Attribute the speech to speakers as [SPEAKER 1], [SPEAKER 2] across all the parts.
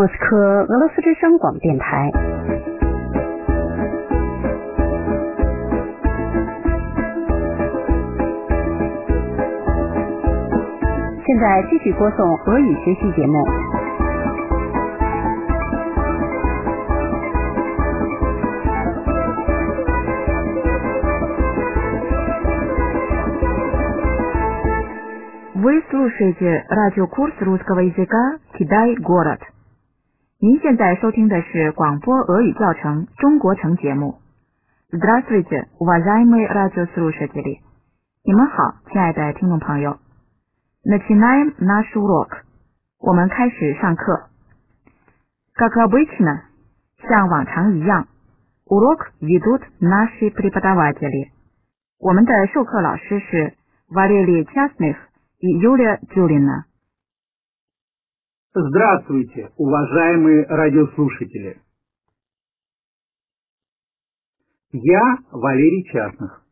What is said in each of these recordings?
[SPEAKER 1] 莫斯科，俄罗斯之声广播电台。现在继续播送俄语学习节目。
[SPEAKER 2] Вы слушаете радиокурс русского языка «Китай. Город». 您现在收听的是广播俄语教程《中国城》节目。Здравствуйте, уважаемые радиослушатели！你们好，亲爱的听众朋友。Начинаем наш урок。我们开始上课。Как обычно，像往常一样，урок ведут наши преподаватели。我们的授课老师是 Валерий Часных 与 Юлия Тюлина。
[SPEAKER 3] Здравствуйте, уважаемые радиослушатели! Я Валерий Частных.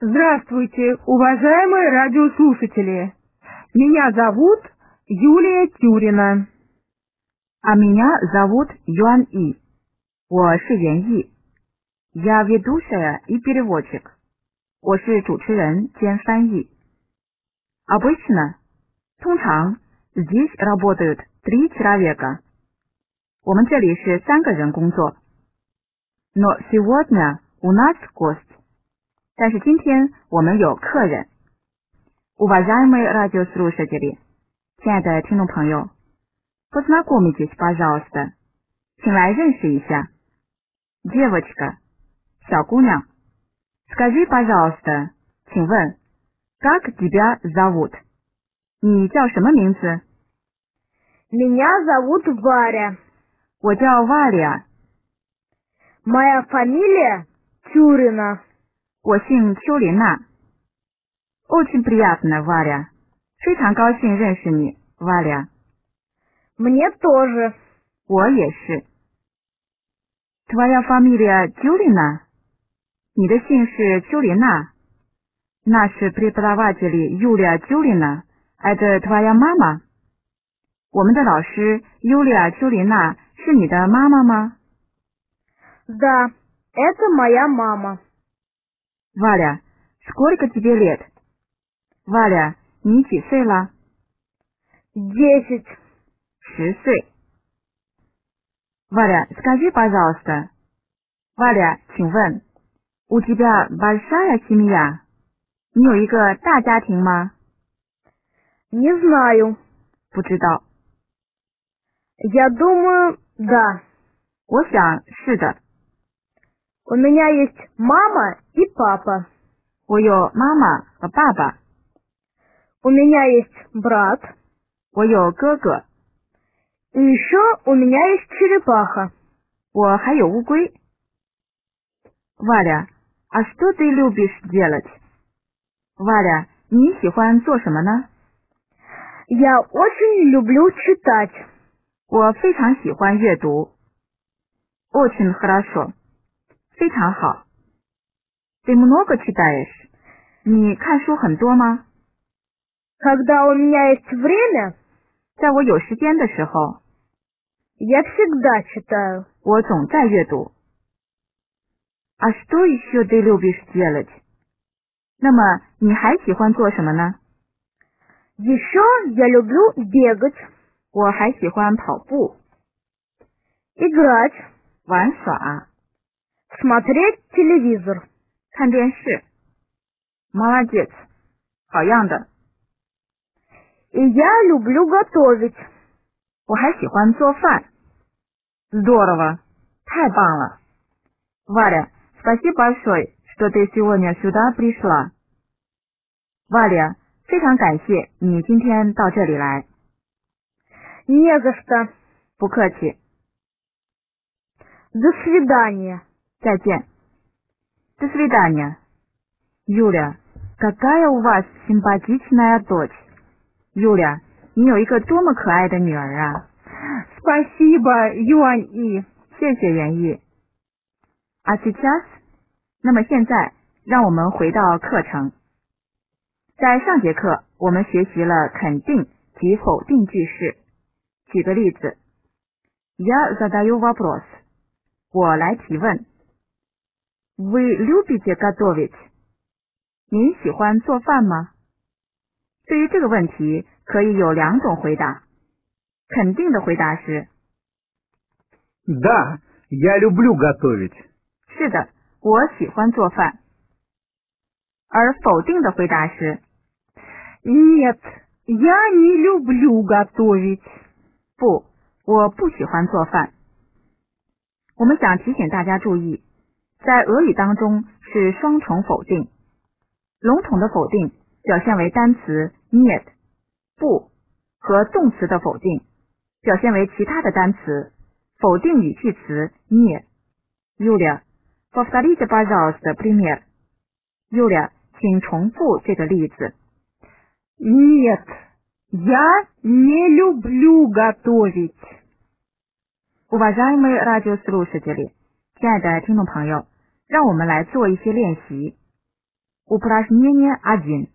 [SPEAKER 4] Здравствуйте, уважаемые радиослушатели! Меня зовут Юлия Тюрина.
[SPEAKER 2] А меня зовут Юан И. 我是袁毅。Я ведущая и переводчик. 我是主持人兼翻译。Обычно 通常 Здесь работают три человека. 我们这里是三个人工作。Но сегодня у нас гость. 但是今天我们有客人。Уважаемые радиослушатели，亲爱的听众朋友，познакомитесь, пожалуйста，请来认识一下。Девочка，小姑娘。Скажи, пожалуйста，请问，как тебя зовут？你叫什么名字？
[SPEAKER 5] Меня зовут Варя.
[SPEAKER 2] 我叫 Valia，
[SPEAKER 5] Моя фамилия Тюрина.
[SPEAKER 2] 我姓丘琳娜。Очень приятно, Варя，非常高兴认识你，Valia。
[SPEAKER 5] Мне тоже.
[SPEAKER 2] 我也是。Твоя фамилия Тюрина？你的姓是丘琳娜？Наши преподаватели Юлия Тюрина это твоя мама？我们的老师 Юлия Тюрина 是你的妈妈吗
[SPEAKER 5] Да, это моя мама.
[SPEAKER 2] ？Валя, сколько тебе лет? Валя，你几岁了？
[SPEAKER 5] Десять.
[SPEAKER 2] 十岁。Валя, скажи, пожалуйста. Валя，请问，у тебя большая семья？你有一个大家庭吗？
[SPEAKER 5] Не знаю.
[SPEAKER 2] 不知道，
[SPEAKER 5] Я думаю, да.
[SPEAKER 2] 我想是的。
[SPEAKER 5] У меня есть мама и папа.
[SPEAKER 2] 我有妈妈和爸爸，
[SPEAKER 5] У меня есть брат.
[SPEAKER 2] 我有哥哥，
[SPEAKER 5] И еще у меня есть черепаха.
[SPEAKER 2] 我还有乌龟。Валя, а что ты любишь делать? Валя, 你喜欢做什么呢？
[SPEAKER 5] Я очень люблю читать.
[SPEAKER 2] 我非常喜欢阅读。Очень хорошо，非常好。Ты много читаешь？你看书很多吗？
[SPEAKER 5] Когда у меня есть время,
[SPEAKER 2] 在我有时间的时候，
[SPEAKER 5] я всегда читаю.
[SPEAKER 2] 我总在阅读。А что еще ты любишь делать？那么你还喜欢做什么呢？
[SPEAKER 5] Еще я люблю бегать,
[SPEAKER 2] 我还喜欢跑步、
[SPEAKER 5] играть,
[SPEAKER 2] 玩耍、
[SPEAKER 5] смотреть телевизор.
[SPEAKER 2] 看电视。Молодец，好样的！
[SPEAKER 5] И я люблю готовить.
[SPEAKER 2] 我还喜欢做饭。Здорово，太棒了！Валя, спасибо большое, что ты сегодня сюда пришла. Валя，非常感谢你今天到这里来，
[SPEAKER 5] Не за что.
[SPEAKER 2] 不客气，
[SPEAKER 5] До свидания.
[SPEAKER 2] 再见。До свидания. Юля, какая у вас симпатичная дочь? Юля，你有一个多么可爱的女儿啊！
[SPEAKER 4] Спасибо, Юань И.
[SPEAKER 2] 谢谢袁毅。А 啊 сейчас，那么现在，让我们回到课程。在上节课，我们学习了肯定及否定句式。举个例子， Я задаю вопрос. 我来提问。Вы любите готовить? 您喜欢做饭吗？对于这个问题，可以有两种回答。肯定的回答是
[SPEAKER 3] Да, я люблю готовить.
[SPEAKER 2] 是的，我喜欢做饭。而否定的回答是
[SPEAKER 4] Нет, я не люблю готовить.
[SPEAKER 2] 不，我不喜欢做饭。我们想提醒大家注意，在俄语当中是双重否定，笼统的否定表现为单词 нет 不和动词的否定表现为其他的单词，否定语气词 не。Юля, повторите, пожалуйста, пример. Юля，请重复这个例子。
[SPEAKER 4] Нет, я не люблю готовить.
[SPEAKER 2] Уважаемые радиослушатели，亲爱的听众朋友，让我们来做一些练习。Упражнение один。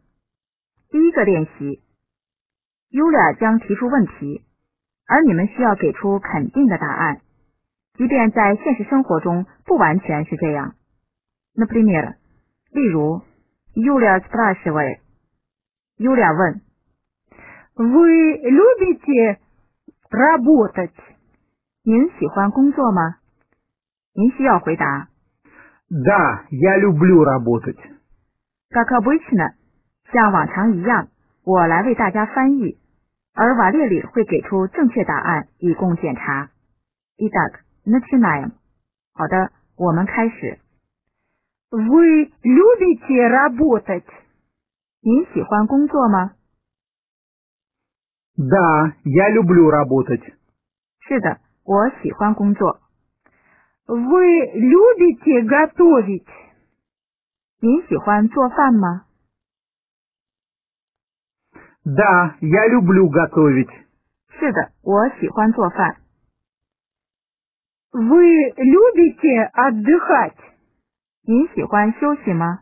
[SPEAKER 2] 第一个练习，Yulia 将提出问题，而你们需要给出肯定的答案，即便在现实生活中不完全是这样。Например，例如，Yulia спрашивает。Юля 问
[SPEAKER 4] Вы любите работать?：“
[SPEAKER 2] 您喜欢工作吗？”您需要回答
[SPEAKER 3] Да, я люблю работать.
[SPEAKER 2] “как обычно”，像往常一样，我来为大家翻译，而瓦列里会给出正确答案以供检查。Итак, начинаем. 好的，我们开始。
[SPEAKER 4] Вы любите работать?
[SPEAKER 2] 您喜欢工作吗？
[SPEAKER 3] Да, я люблю работать.
[SPEAKER 2] 是的，我喜欢工作。
[SPEAKER 4] Вы любите готовить?
[SPEAKER 2] 您喜欢做饭吗？
[SPEAKER 3] Да, я люблю готовить.
[SPEAKER 2] 是的，我喜欢做饭。
[SPEAKER 4] Вы любите отдыхать?
[SPEAKER 2] 您喜欢休息吗？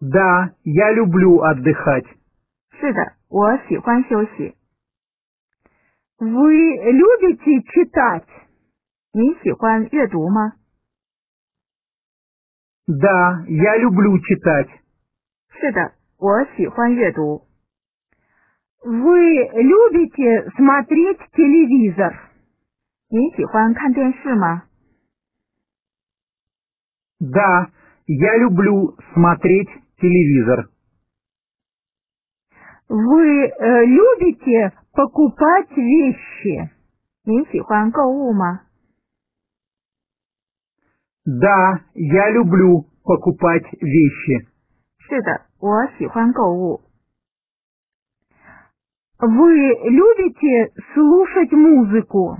[SPEAKER 3] Да, я люблю отдыхать.
[SPEAKER 2] 是的，我喜欢休息。
[SPEAKER 4] Вы любите читать?
[SPEAKER 2] 您喜欢阅读吗？
[SPEAKER 3] Да, я люблю читать.
[SPEAKER 2] 是的，我喜欢阅读。
[SPEAKER 4] Вы любите смотреть телевизор?
[SPEAKER 2] 您喜欢看电视吗？
[SPEAKER 3] Да, я люблю смотреть телевизор.
[SPEAKER 4] Вы э, любите покупать вещи?
[SPEAKER 2] 您喜欢购物吗？
[SPEAKER 3] Да, я люблю покупать вещи.
[SPEAKER 2] 是的，我喜欢购物。
[SPEAKER 4] Вы любите слушать музыку?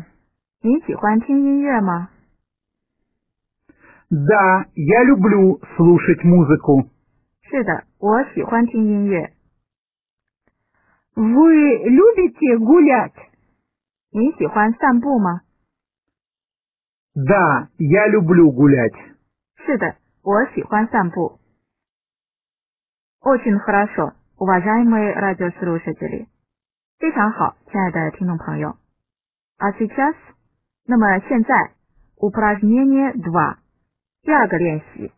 [SPEAKER 2] 您喜欢听音乐吗？
[SPEAKER 3] Да, я люблю слушать музыку.
[SPEAKER 2] 是的，我喜欢听音乐。
[SPEAKER 4] Вы любите гулять?
[SPEAKER 2] 您喜欢散步吗？
[SPEAKER 3] Да, я люблю гулять.
[SPEAKER 2] 是的，我喜欢散步。Очень хорошо, уважаемые радиослушатели。非常好，亲爱的听众朋友。А сейчас，那么现在，упражнение два，第二个练习。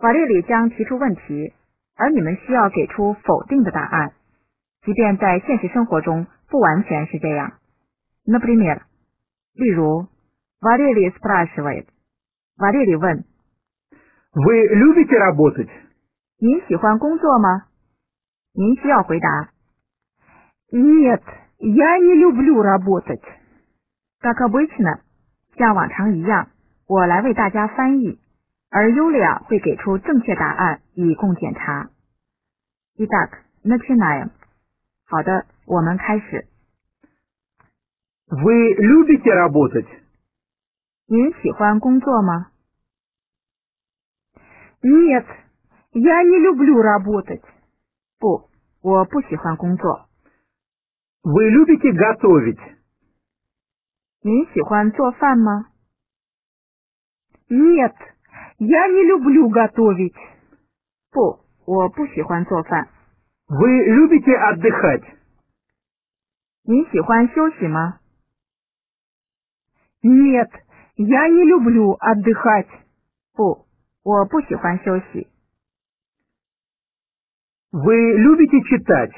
[SPEAKER 2] 瓦列里将提出问题，而你们需要给出否定的答案，即便在现实生活中不完全是这样。Например，例如，Валерий спрашивает，瓦列里问。
[SPEAKER 3] Вы любите работать?
[SPEAKER 2] 您喜欢工作吗？您需要回答。
[SPEAKER 4] Нет, я не люблю работать.
[SPEAKER 2] Как обычно，像往常一样，我来为大家翻译，而 Yulia 会给出正确答案以供检查。Итак, начинаем。好的，我们开始。
[SPEAKER 3] Вы любите работать?
[SPEAKER 2] 您喜欢工作吗？
[SPEAKER 4] Нет, я не люблю работать.
[SPEAKER 2] 不，我不喜欢工作。
[SPEAKER 3] Вы любите готовить?
[SPEAKER 2] 您喜欢做饭吗？
[SPEAKER 4] Нет, я не люблю готовить.
[SPEAKER 2] 不，我不喜欢做饭。
[SPEAKER 3] Вы любите отдыхать?
[SPEAKER 2] 您喜欢休息吗？
[SPEAKER 4] Нет, я не люблю отдыхать.
[SPEAKER 2] 不，我不喜欢休息。
[SPEAKER 3] Вы любите читать?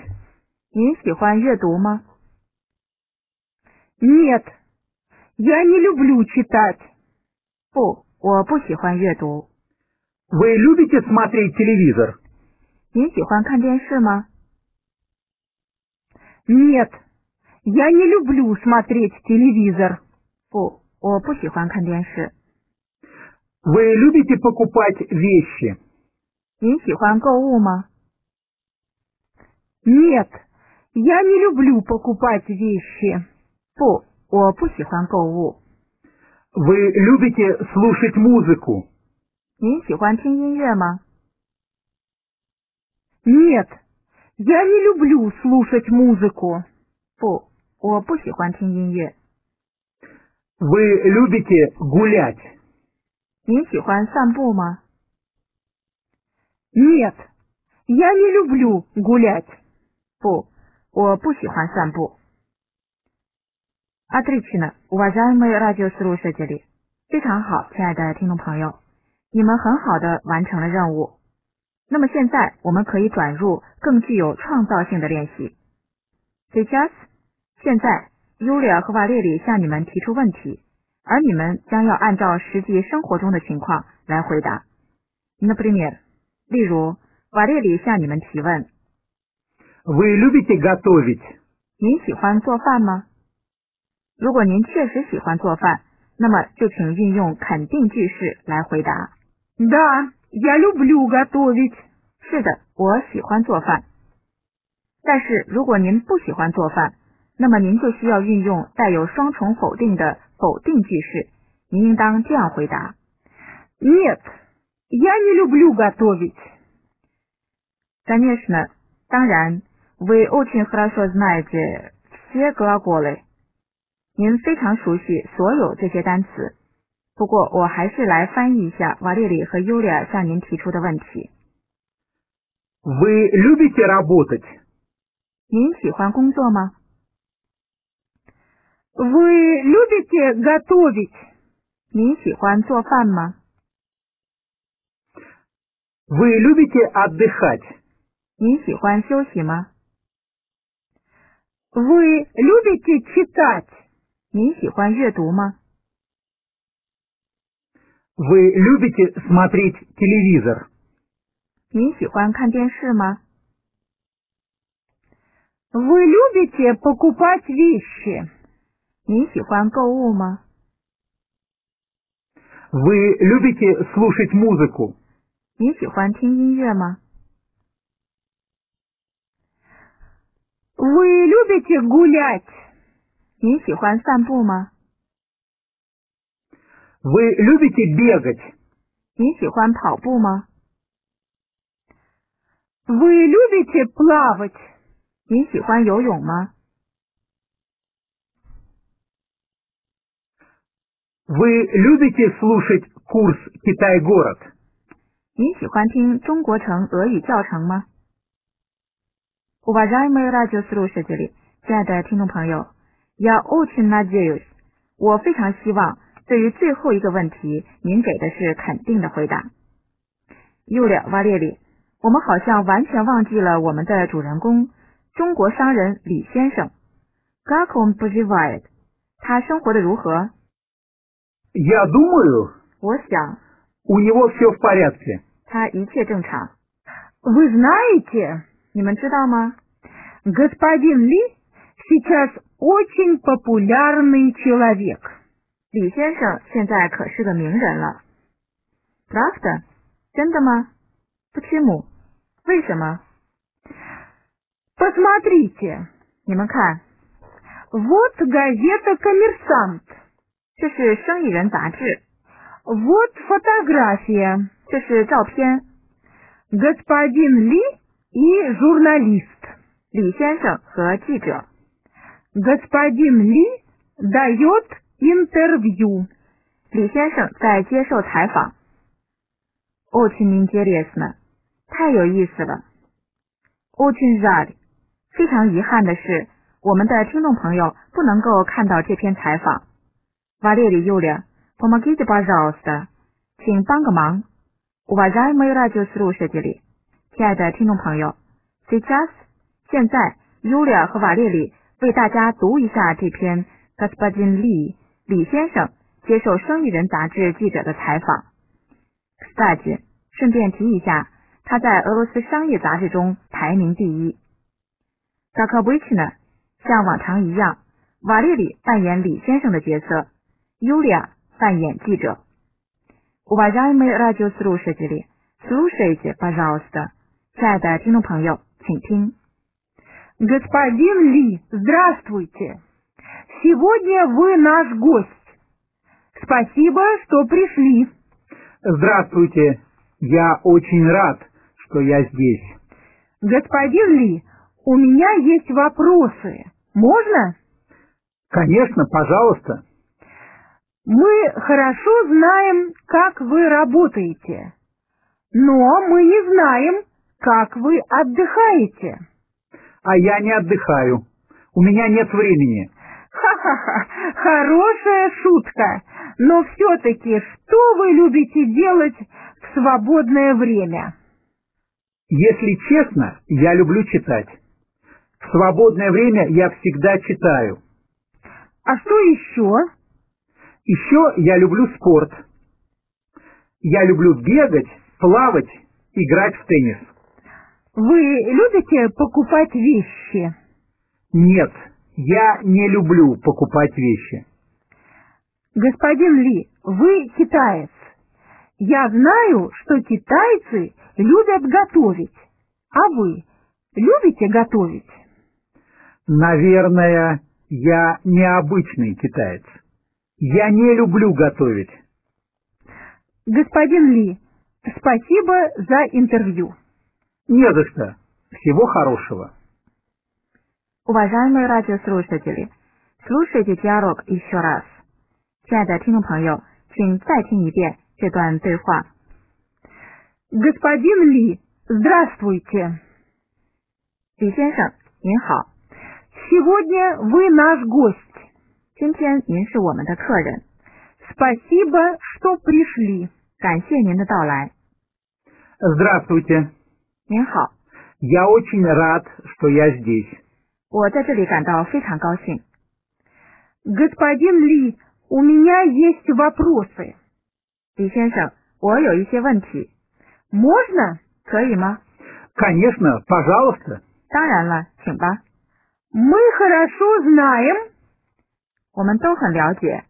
[SPEAKER 2] 您喜欢阅读吗？
[SPEAKER 4] Нет, я не люблю читать.
[SPEAKER 2] 不，我不喜欢阅读。
[SPEAKER 3] Вы любите смотреть телевизор?
[SPEAKER 2] 您喜欢看电视吗？
[SPEAKER 4] Нет, я не люблю смотреть телевизор.
[SPEAKER 2] 不，我不喜欢看电视。
[SPEAKER 3] Вы любите покупать вещи?
[SPEAKER 2] 您喜欢购物吗？
[SPEAKER 4] Нет, я не люблю покупать вещи.
[SPEAKER 2] 不，我不喜欢购物。
[SPEAKER 3] Вы любите слушать музыку?
[SPEAKER 2] 您喜欢听音乐吗？
[SPEAKER 4] Нет, я не люблю слушать музыку.
[SPEAKER 2] 不，我不喜欢听音乐。
[SPEAKER 3] Вы любите гулять?
[SPEAKER 2] 您喜欢散步吗？
[SPEAKER 4] Нет, я не люблю гулять.
[SPEAKER 2] 不，我不喜欢散步。Отлично, уважаемые радиослушатели，非常好，亲爱的听众朋友，你们很好的完成了任务。那么现在我们可以转入更具有创造性的练习。Сейчас，现在尤里尔和瓦列里向你们提出问题，而你们将要按照实际生活中的情况来回答。Например，例如瓦列里向你们提问：
[SPEAKER 3] Вы любите готовить?
[SPEAKER 2] 您喜欢做饭吗？如果您确实喜欢做饭，那么就请运用肯定句式来回答。
[SPEAKER 4] Да, я люблю готовить.
[SPEAKER 2] 是的，我喜欢做饭。但是如果您不喜欢做饭，那么您就需要运用带有双重否定的否定句式。您应当这样回答：
[SPEAKER 4] Нет, я не люблю готовить.
[SPEAKER 2] Конечно, 当然，Вы очень хорошо знаете все глаголы。您非常熟悉所有这些单词。不过，我还是来翻译一下瓦列里和尤里尔向您提出的问题。
[SPEAKER 3] Вы любите работать?
[SPEAKER 2] 您喜欢工作吗？
[SPEAKER 4] Вы любите готовить?
[SPEAKER 2] 您喜欢做饭吗？
[SPEAKER 3] Вы любите отдыхать?
[SPEAKER 2] 您喜欢休息吗？
[SPEAKER 4] Вы любите читать?
[SPEAKER 2] 您喜欢阅读吗？
[SPEAKER 3] Вы любите смотреть телевизор?
[SPEAKER 2] 您喜欢看电视吗？
[SPEAKER 4] Вы любите покупать вещи?
[SPEAKER 2] 您喜欢购物吗？
[SPEAKER 3] Вы любите слушать музыку?
[SPEAKER 2] 您喜欢听音乐吗？
[SPEAKER 4] Вы любите гулять?
[SPEAKER 2] 您喜欢散步吗？
[SPEAKER 3] Вы любите бегать?
[SPEAKER 2] 您喜欢跑步吗？
[SPEAKER 4] Вы любите плавать?
[SPEAKER 2] 您喜欢游泳吗？
[SPEAKER 3] Вы любите слушать курс «Китай-город»?
[SPEAKER 2] 您喜欢听中国城俄语教程吗？Уважаемые радиослушатели，亲爱的听众朋友，Я очень надеюсь，我非常希望对于最后一个问题，您给的是肯定的回答。尤里瓦列里，我们好像完全忘记了我们的主人公中国商人李先生 g a k o n b u j i v a y 他生活的如何？
[SPEAKER 3] Я думаю,
[SPEAKER 2] 我想
[SPEAKER 3] у него все в порядке.
[SPEAKER 2] 他一切正常。
[SPEAKER 4] Вы знаете,
[SPEAKER 2] 你们知道吗？
[SPEAKER 4] господин Ли сейчас очень популярный человек.
[SPEAKER 2] 李先生现在可是个名人了。Pravda，真的吗？不屈姆，为什么？
[SPEAKER 4] Посмотрите,
[SPEAKER 2] 你们看，
[SPEAKER 4] вот газета «Коммерсант»,
[SPEAKER 2] 这是《生意人》杂志，
[SPEAKER 4] вот фотография,
[SPEAKER 2] 这是照片，
[SPEAKER 4] господин Ли и журналист.
[SPEAKER 2] 李先生和记者。
[SPEAKER 4] Господин Ли дает интервью.
[SPEAKER 2] 李先生在接受采访。Очень 哦 интересно，太有意思了。Очень 哦 жаль，非啊常遗憾的是，我们的听众朋友不能够看到这篇采访。 Валерий, Юля, помогите, пожалуйста. 请帮个忙。Уважаемые радиослушатели，亲爱的听众朋友，сейчас 现在 Юля 和瓦列里为大家读一下这篇 g a s p a d i n Ли 李先生接受《生意人》杂志记者的采访。Кстати，顺便提一下，他在俄罗斯商业杂志中排名第一。g a k a b i c h 呢，像往常一样，瓦列里扮演李先生的角色，Юля 扮演记者。Уважаемые радиослушатели, слушайте, пожалуйста. 亲爱的听众朋友，请听。
[SPEAKER 4] Господин Ли, здравствуйте. Сегодня вы наш гость. Спасибо, что пришли.
[SPEAKER 3] Здравствуйте. Я очень рад, что я здесь.
[SPEAKER 4] Господин Ли, у меня есть вопросы. Можно?
[SPEAKER 3] Конечно, пожалуйста.
[SPEAKER 4] Мы хорошо знаем, как вы работаете, но мы не знаем, как вы отдыхаете.
[SPEAKER 3] А я не отдыхаю. У меня нет времени.
[SPEAKER 4] Ха-ха-ха, хорошая шутка. Но все-таки, что вы любите делать в свободное время?
[SPEAKER 3] Если честно, я люблю читать. В свободное время я всегда читаю.
[SPEAKER 4] А что еще?
[SPEAKER 3] Еще я люблю спорт. Я люблю бегать, плавать, играть в теннис.
[SPEAKER 4] Вы любите покупать вещи?
[SPEAKER 3] Нет, я не люблю покупать вещи.
[SPEAKER 4] Господин Ли, вы китаец. Я знаю, что китайцы любят готовить. А вы любите готовить?
[SPEAKER 3] Наверное, я необычный китаец. Я не люблю готовить.
[SPEAKER 4] Господин Ли, спасибо за интервью.
[SPEAKER 3] Не за что. Всего хорошего.
[SPEAKER 2] Уважаемые радиослушатели, слушайте диалог еще раз. 亲爱的听众朋友，请再听一遍这段对话。
[SPEAKER 4] Господин Ли, здравствуйте.
[SPEAKER 2] 李先生，您好，
[SPEAKER 4] Сегодня вы наш гость.
[SPEAKER 2] 今天您是我们的客人，
[SPEAKER 4] Спасибо, что пришли.
[SPEAKER 2] 感谢您的到来。
[SPEAKER 3] Здравствуйте.
[SPEAKER 2] 您好，
[SPEAKER 3] Я очень рад, что я здесь.
[SPEAKER 2] 我在这里感到非常高兴。
[SPEAKER 4] Господин Ли, у меня есть вопросы.
[SPEAKER 2] 李先生，我有一些问题，
[SPEAKER 4] Можно?
[SPEAKER 2] 可以吗？
[SPEAKER 3] Конечно, пожалуйста.
[SPEAKER 2] 当然了，请吧。
[SPEAKER 4] Мы хорошо знаем,
[SPEAKER 2] 我们都很了解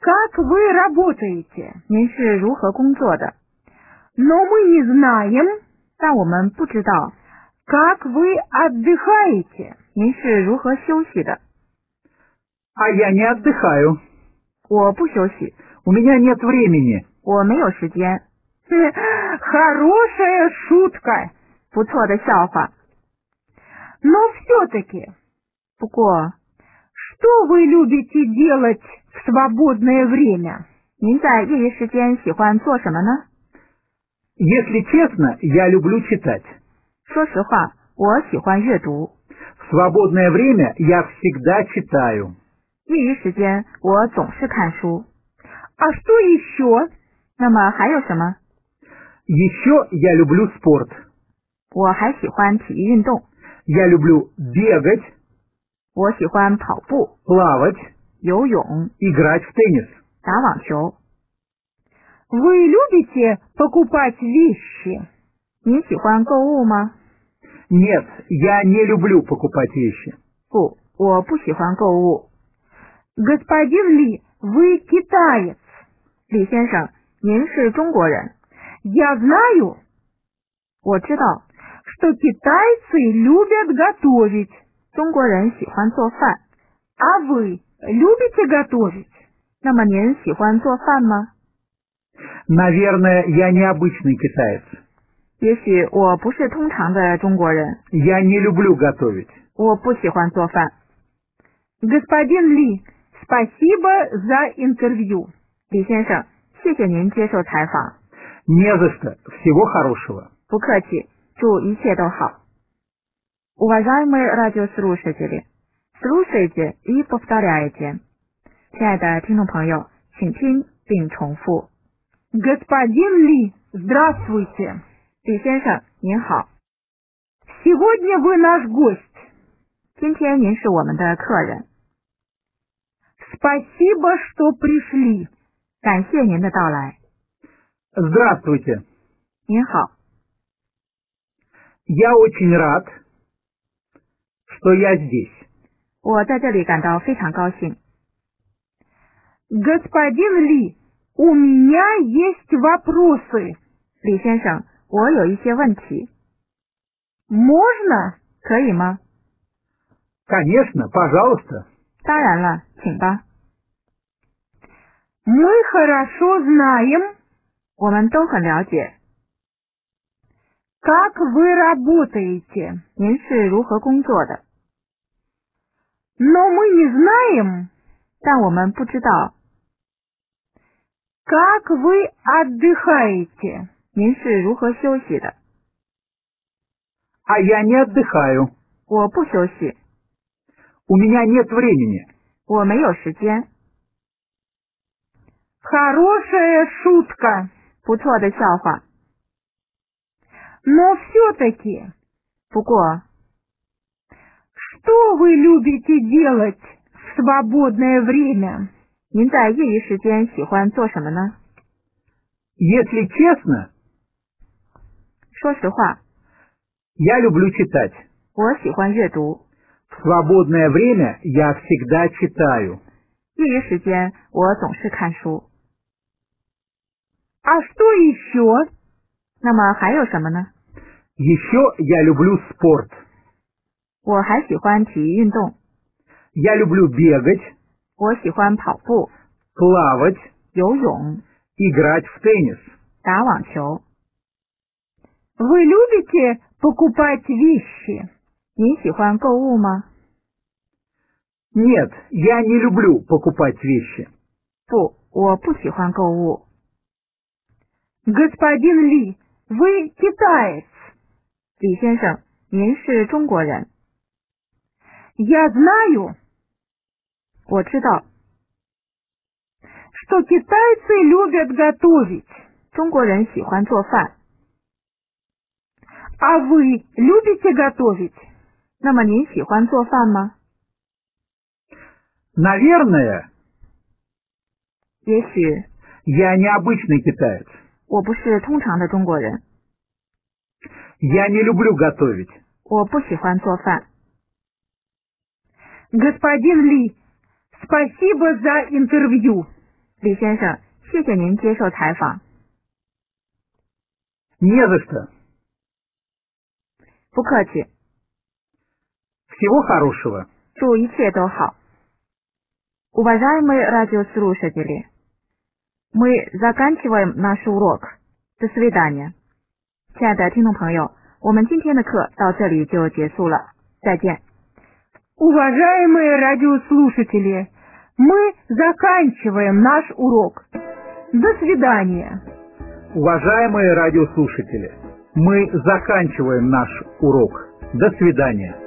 [SPEAKER 4] как вы работаете,
[SPEAKER 2] 您是如何工作的，
[SPEAKER 4] но мы не знаем,
[SPEAKER 2] 但我们不知道
[SPEAKER 4] как вы отдыхаете.
[SPEAKER 2] 您是如何休息的。
[SPEAKER 3] А я не отдыхаю.
[SPEAKER 2] 我不休息，
[SPEAKER 3] У меня нет времени.
[SPEAKER 2] 我没有时间。
[SPEAKER 4] Хорошая шутка,
[SPEAKER 2] 不错的笑话，
[SPEAKER 4] но все-таки,
[SPEAKER 2] 不过
[SPEAKER 4] что вы любите делать в свободное время?
[SPEAKER 2] 您在业余时间喜欢做什么呢？
[SPEAKER 3] Если честно, я люблю читать.
[SPEAKER 2] 说实话，我喜欢阅读。
[SPEAKER 3] В свободное время я всегда читаю.
[SPEAKER 2] 业余时间我总是看书。
[SPEAKER 4] А что еще?
[SPEAKER 2] 那么还有什么？
[SPEAKER 3] Еще я люблю спорт.
[SPEAKER 2] 我还喜欢体育运动，
[SPEAKER 3] Я люблю бегать,
[SPEAKER 2] 我喜欢跑步、
[SPEAKER 3] плавать,
[SPEAKER 2] 游泳、
[SPEAKER 3] играть в теннис.
[SPEAKER 2] 打网球。
[SPEAKER 4] Вы любите покупать вещи?
[SPEAKER 2] 您喜欢购物吗？
[SPEAKER 3] Нет, я не люблю покупать вещи.
[SPEAKER 2] 不，我不喜欢购物。
[SPEAKER 4] Господин Ли, вы китаец.
[SPEAKER 2] 李先生，您是中国人，
[SPEAKER 4] Я знаю,
[SPEAKER 2] 我知道
[SPEAKER 4] что китайцы любят готовить.
[SPEAKER 2] 中国人喜欢做饭，
[SPEAKER 4] А вы любите готовить?
[SPEAKER 2] 那么您喜欢做饭吗？
[SPEAKER 3] Наверное, я необычный китаец.
[SPEAKER 2] 也许我不是通常的中国人，
[SPEAKER 3] Я не люблю готовить.
[SPEAKER 2] 我不喜欢做饭。
[SPEAKER 4] Господин Ли, спасибо за интервью.
[SPEAKER 2] 李先生，谢谢您接受采访，
[SPEAKER 3] Не за что. Всего хорошего.
[SPEAKER 2] 不客气，祝一切都好。Уважаемые радиослушатели, слушайте и повторяйте. 亲爱的听众朋友，请听并重复。
[SPEAKER 4] Господин Ли, здравствуйте.
[SPEAKER 2] 李先生，您好，
[SPEAKER 4] Сегодня вы наш гость.
[SPEAKER 2] 今天您是我们的客人，
[SPEAKER 4] Спасибо, что пришли.
[SPEAKER 2] 感谢您的到来。
[SPEAKER 3] Здравствуйте.
[SPEAKER 2] 您好，
[SPEAKER 3] Я очень рад, что я здесь.
[SPEAKER 2] 我在这里感到非常高兴。
[SPEAKER 4] Господин Ли, у меня есть вопросы.
[SPEAKER 2] 李先生，我有一些问题，
[SPEAKER 4] Можно?
[SPEAKER 2] 可以吗？
[SPEAKER 3] Конечно, пожалуйста.
[SPEAKER 2] 当然了，请吧。
[SPEAKER 4] Мы хорошо знаем,
[SPEAKER 2] 我们都很了解
[SPEAKER 4] как вы работаете,
[SPEAKER 2] 您是如何工作的，
[SPEAKER 4] но мы не знаем,
[SPEAKER 2] 但我们不知道
[SPEAKER 4] как вы отдыхаете.
[SPEAKER 2] 您是如何休息的。
[SPEAKER 3] А я не отдыхаю.
[SPEAKER 2] 我不休息，
[SPEAKER 3] У меня нет времени.
[SPEAKER 2] 我没有时间。
[SPEAKER 4] Хорошая шутка,
[SPEAKER 2] 不错的笑话，
[SPEAKER 4] но все-таки,
[SPEAKER 2] 不过
[SPEAKER 4] что вы любите делать в свободное время?
[SPEAKER 2] 您在业余时间喜欢做什么呢？
[SPEAKER 3] Если честно,
[SPEAKER 2] 说实话，
[SPEAKER 3] я люблю читать.
[SPEAKER 2] 我喜欢阅读，
[SPEAKER 3] В свободное время я всегда читаю.
[SPEAKER 2] 业余时间我总是看书。
[SPEAKER 4] А что еще?
[SPEAKER 2] 那么还有什么呢？
[SPEAKER 3] Еще я люблю спорт.
[SPEAKER 2] 我还喜欢体育运动，
[SPEAKER 3] Я люблю бегать,
[SPEAKER 2] 我喜欢跑步、
[SPEAKER 3] плавать,
[SPEAKER 2] 游泳、
[SPEAKER 3] играть в теннис.
[SPEAKER 2] 打网球。
[SPEAKER 4] Вы любите покупать вещи?
[SPEAKER 2] 您喜欢购物吗？
[SPEAKER 3] Нет, я не люблю покупать вещи.
[SPEAKER 2] 不，我不喜欢购物。
[SPEAKER 4] Господин Ли, вы китаец.
[SPEAKER 2] 李先生，您是中国人，
[SPEAKER 4] Я знаю,
[SPEAKER 2] 我知道
[SPEAKER 4] что китайцы любят готовить.
[SPEAKER 2] 中国人喜欢做饭。
[SPEAKER 4] А вы любите готовить?
[SPEAKER 2] 那么您喜欢做饭吗？
[SPEAKER 3] Наверное,
[SPEAKER 2] 也许
[SPEAKER 3] я необычный китаец.
[SPEAKER 2] 我不是通常的中国人，
[SPEAKER 3] Я не люблю готовить.
[SPEAKER 2] 我不喜欢做饭。
[SPEAKER 4] Господин Ли, спасибо за интервью.
[SPEAKER 2] 李先生，谢谢您接受采访。
[SPEAKER 3] Не за что.
[SPEAKER 2] 不客气，
[SPEAKER 3] Всего хорошего.
[SPEAKER 2] 祝一切都好。Уважаемые радиослушатели, мы заканчиваем наш урок. До свидания. 亲爱的听众朋友，我们今天的课到这里就结束了，再见。
[SPEAKER 4] Уважаемые радиослушатели, мы заканчиваем наш урок. До свидания.
[SPEAKER 3] Уважаемые радиослушатели, мы заканчиваем наш урок. До свидания.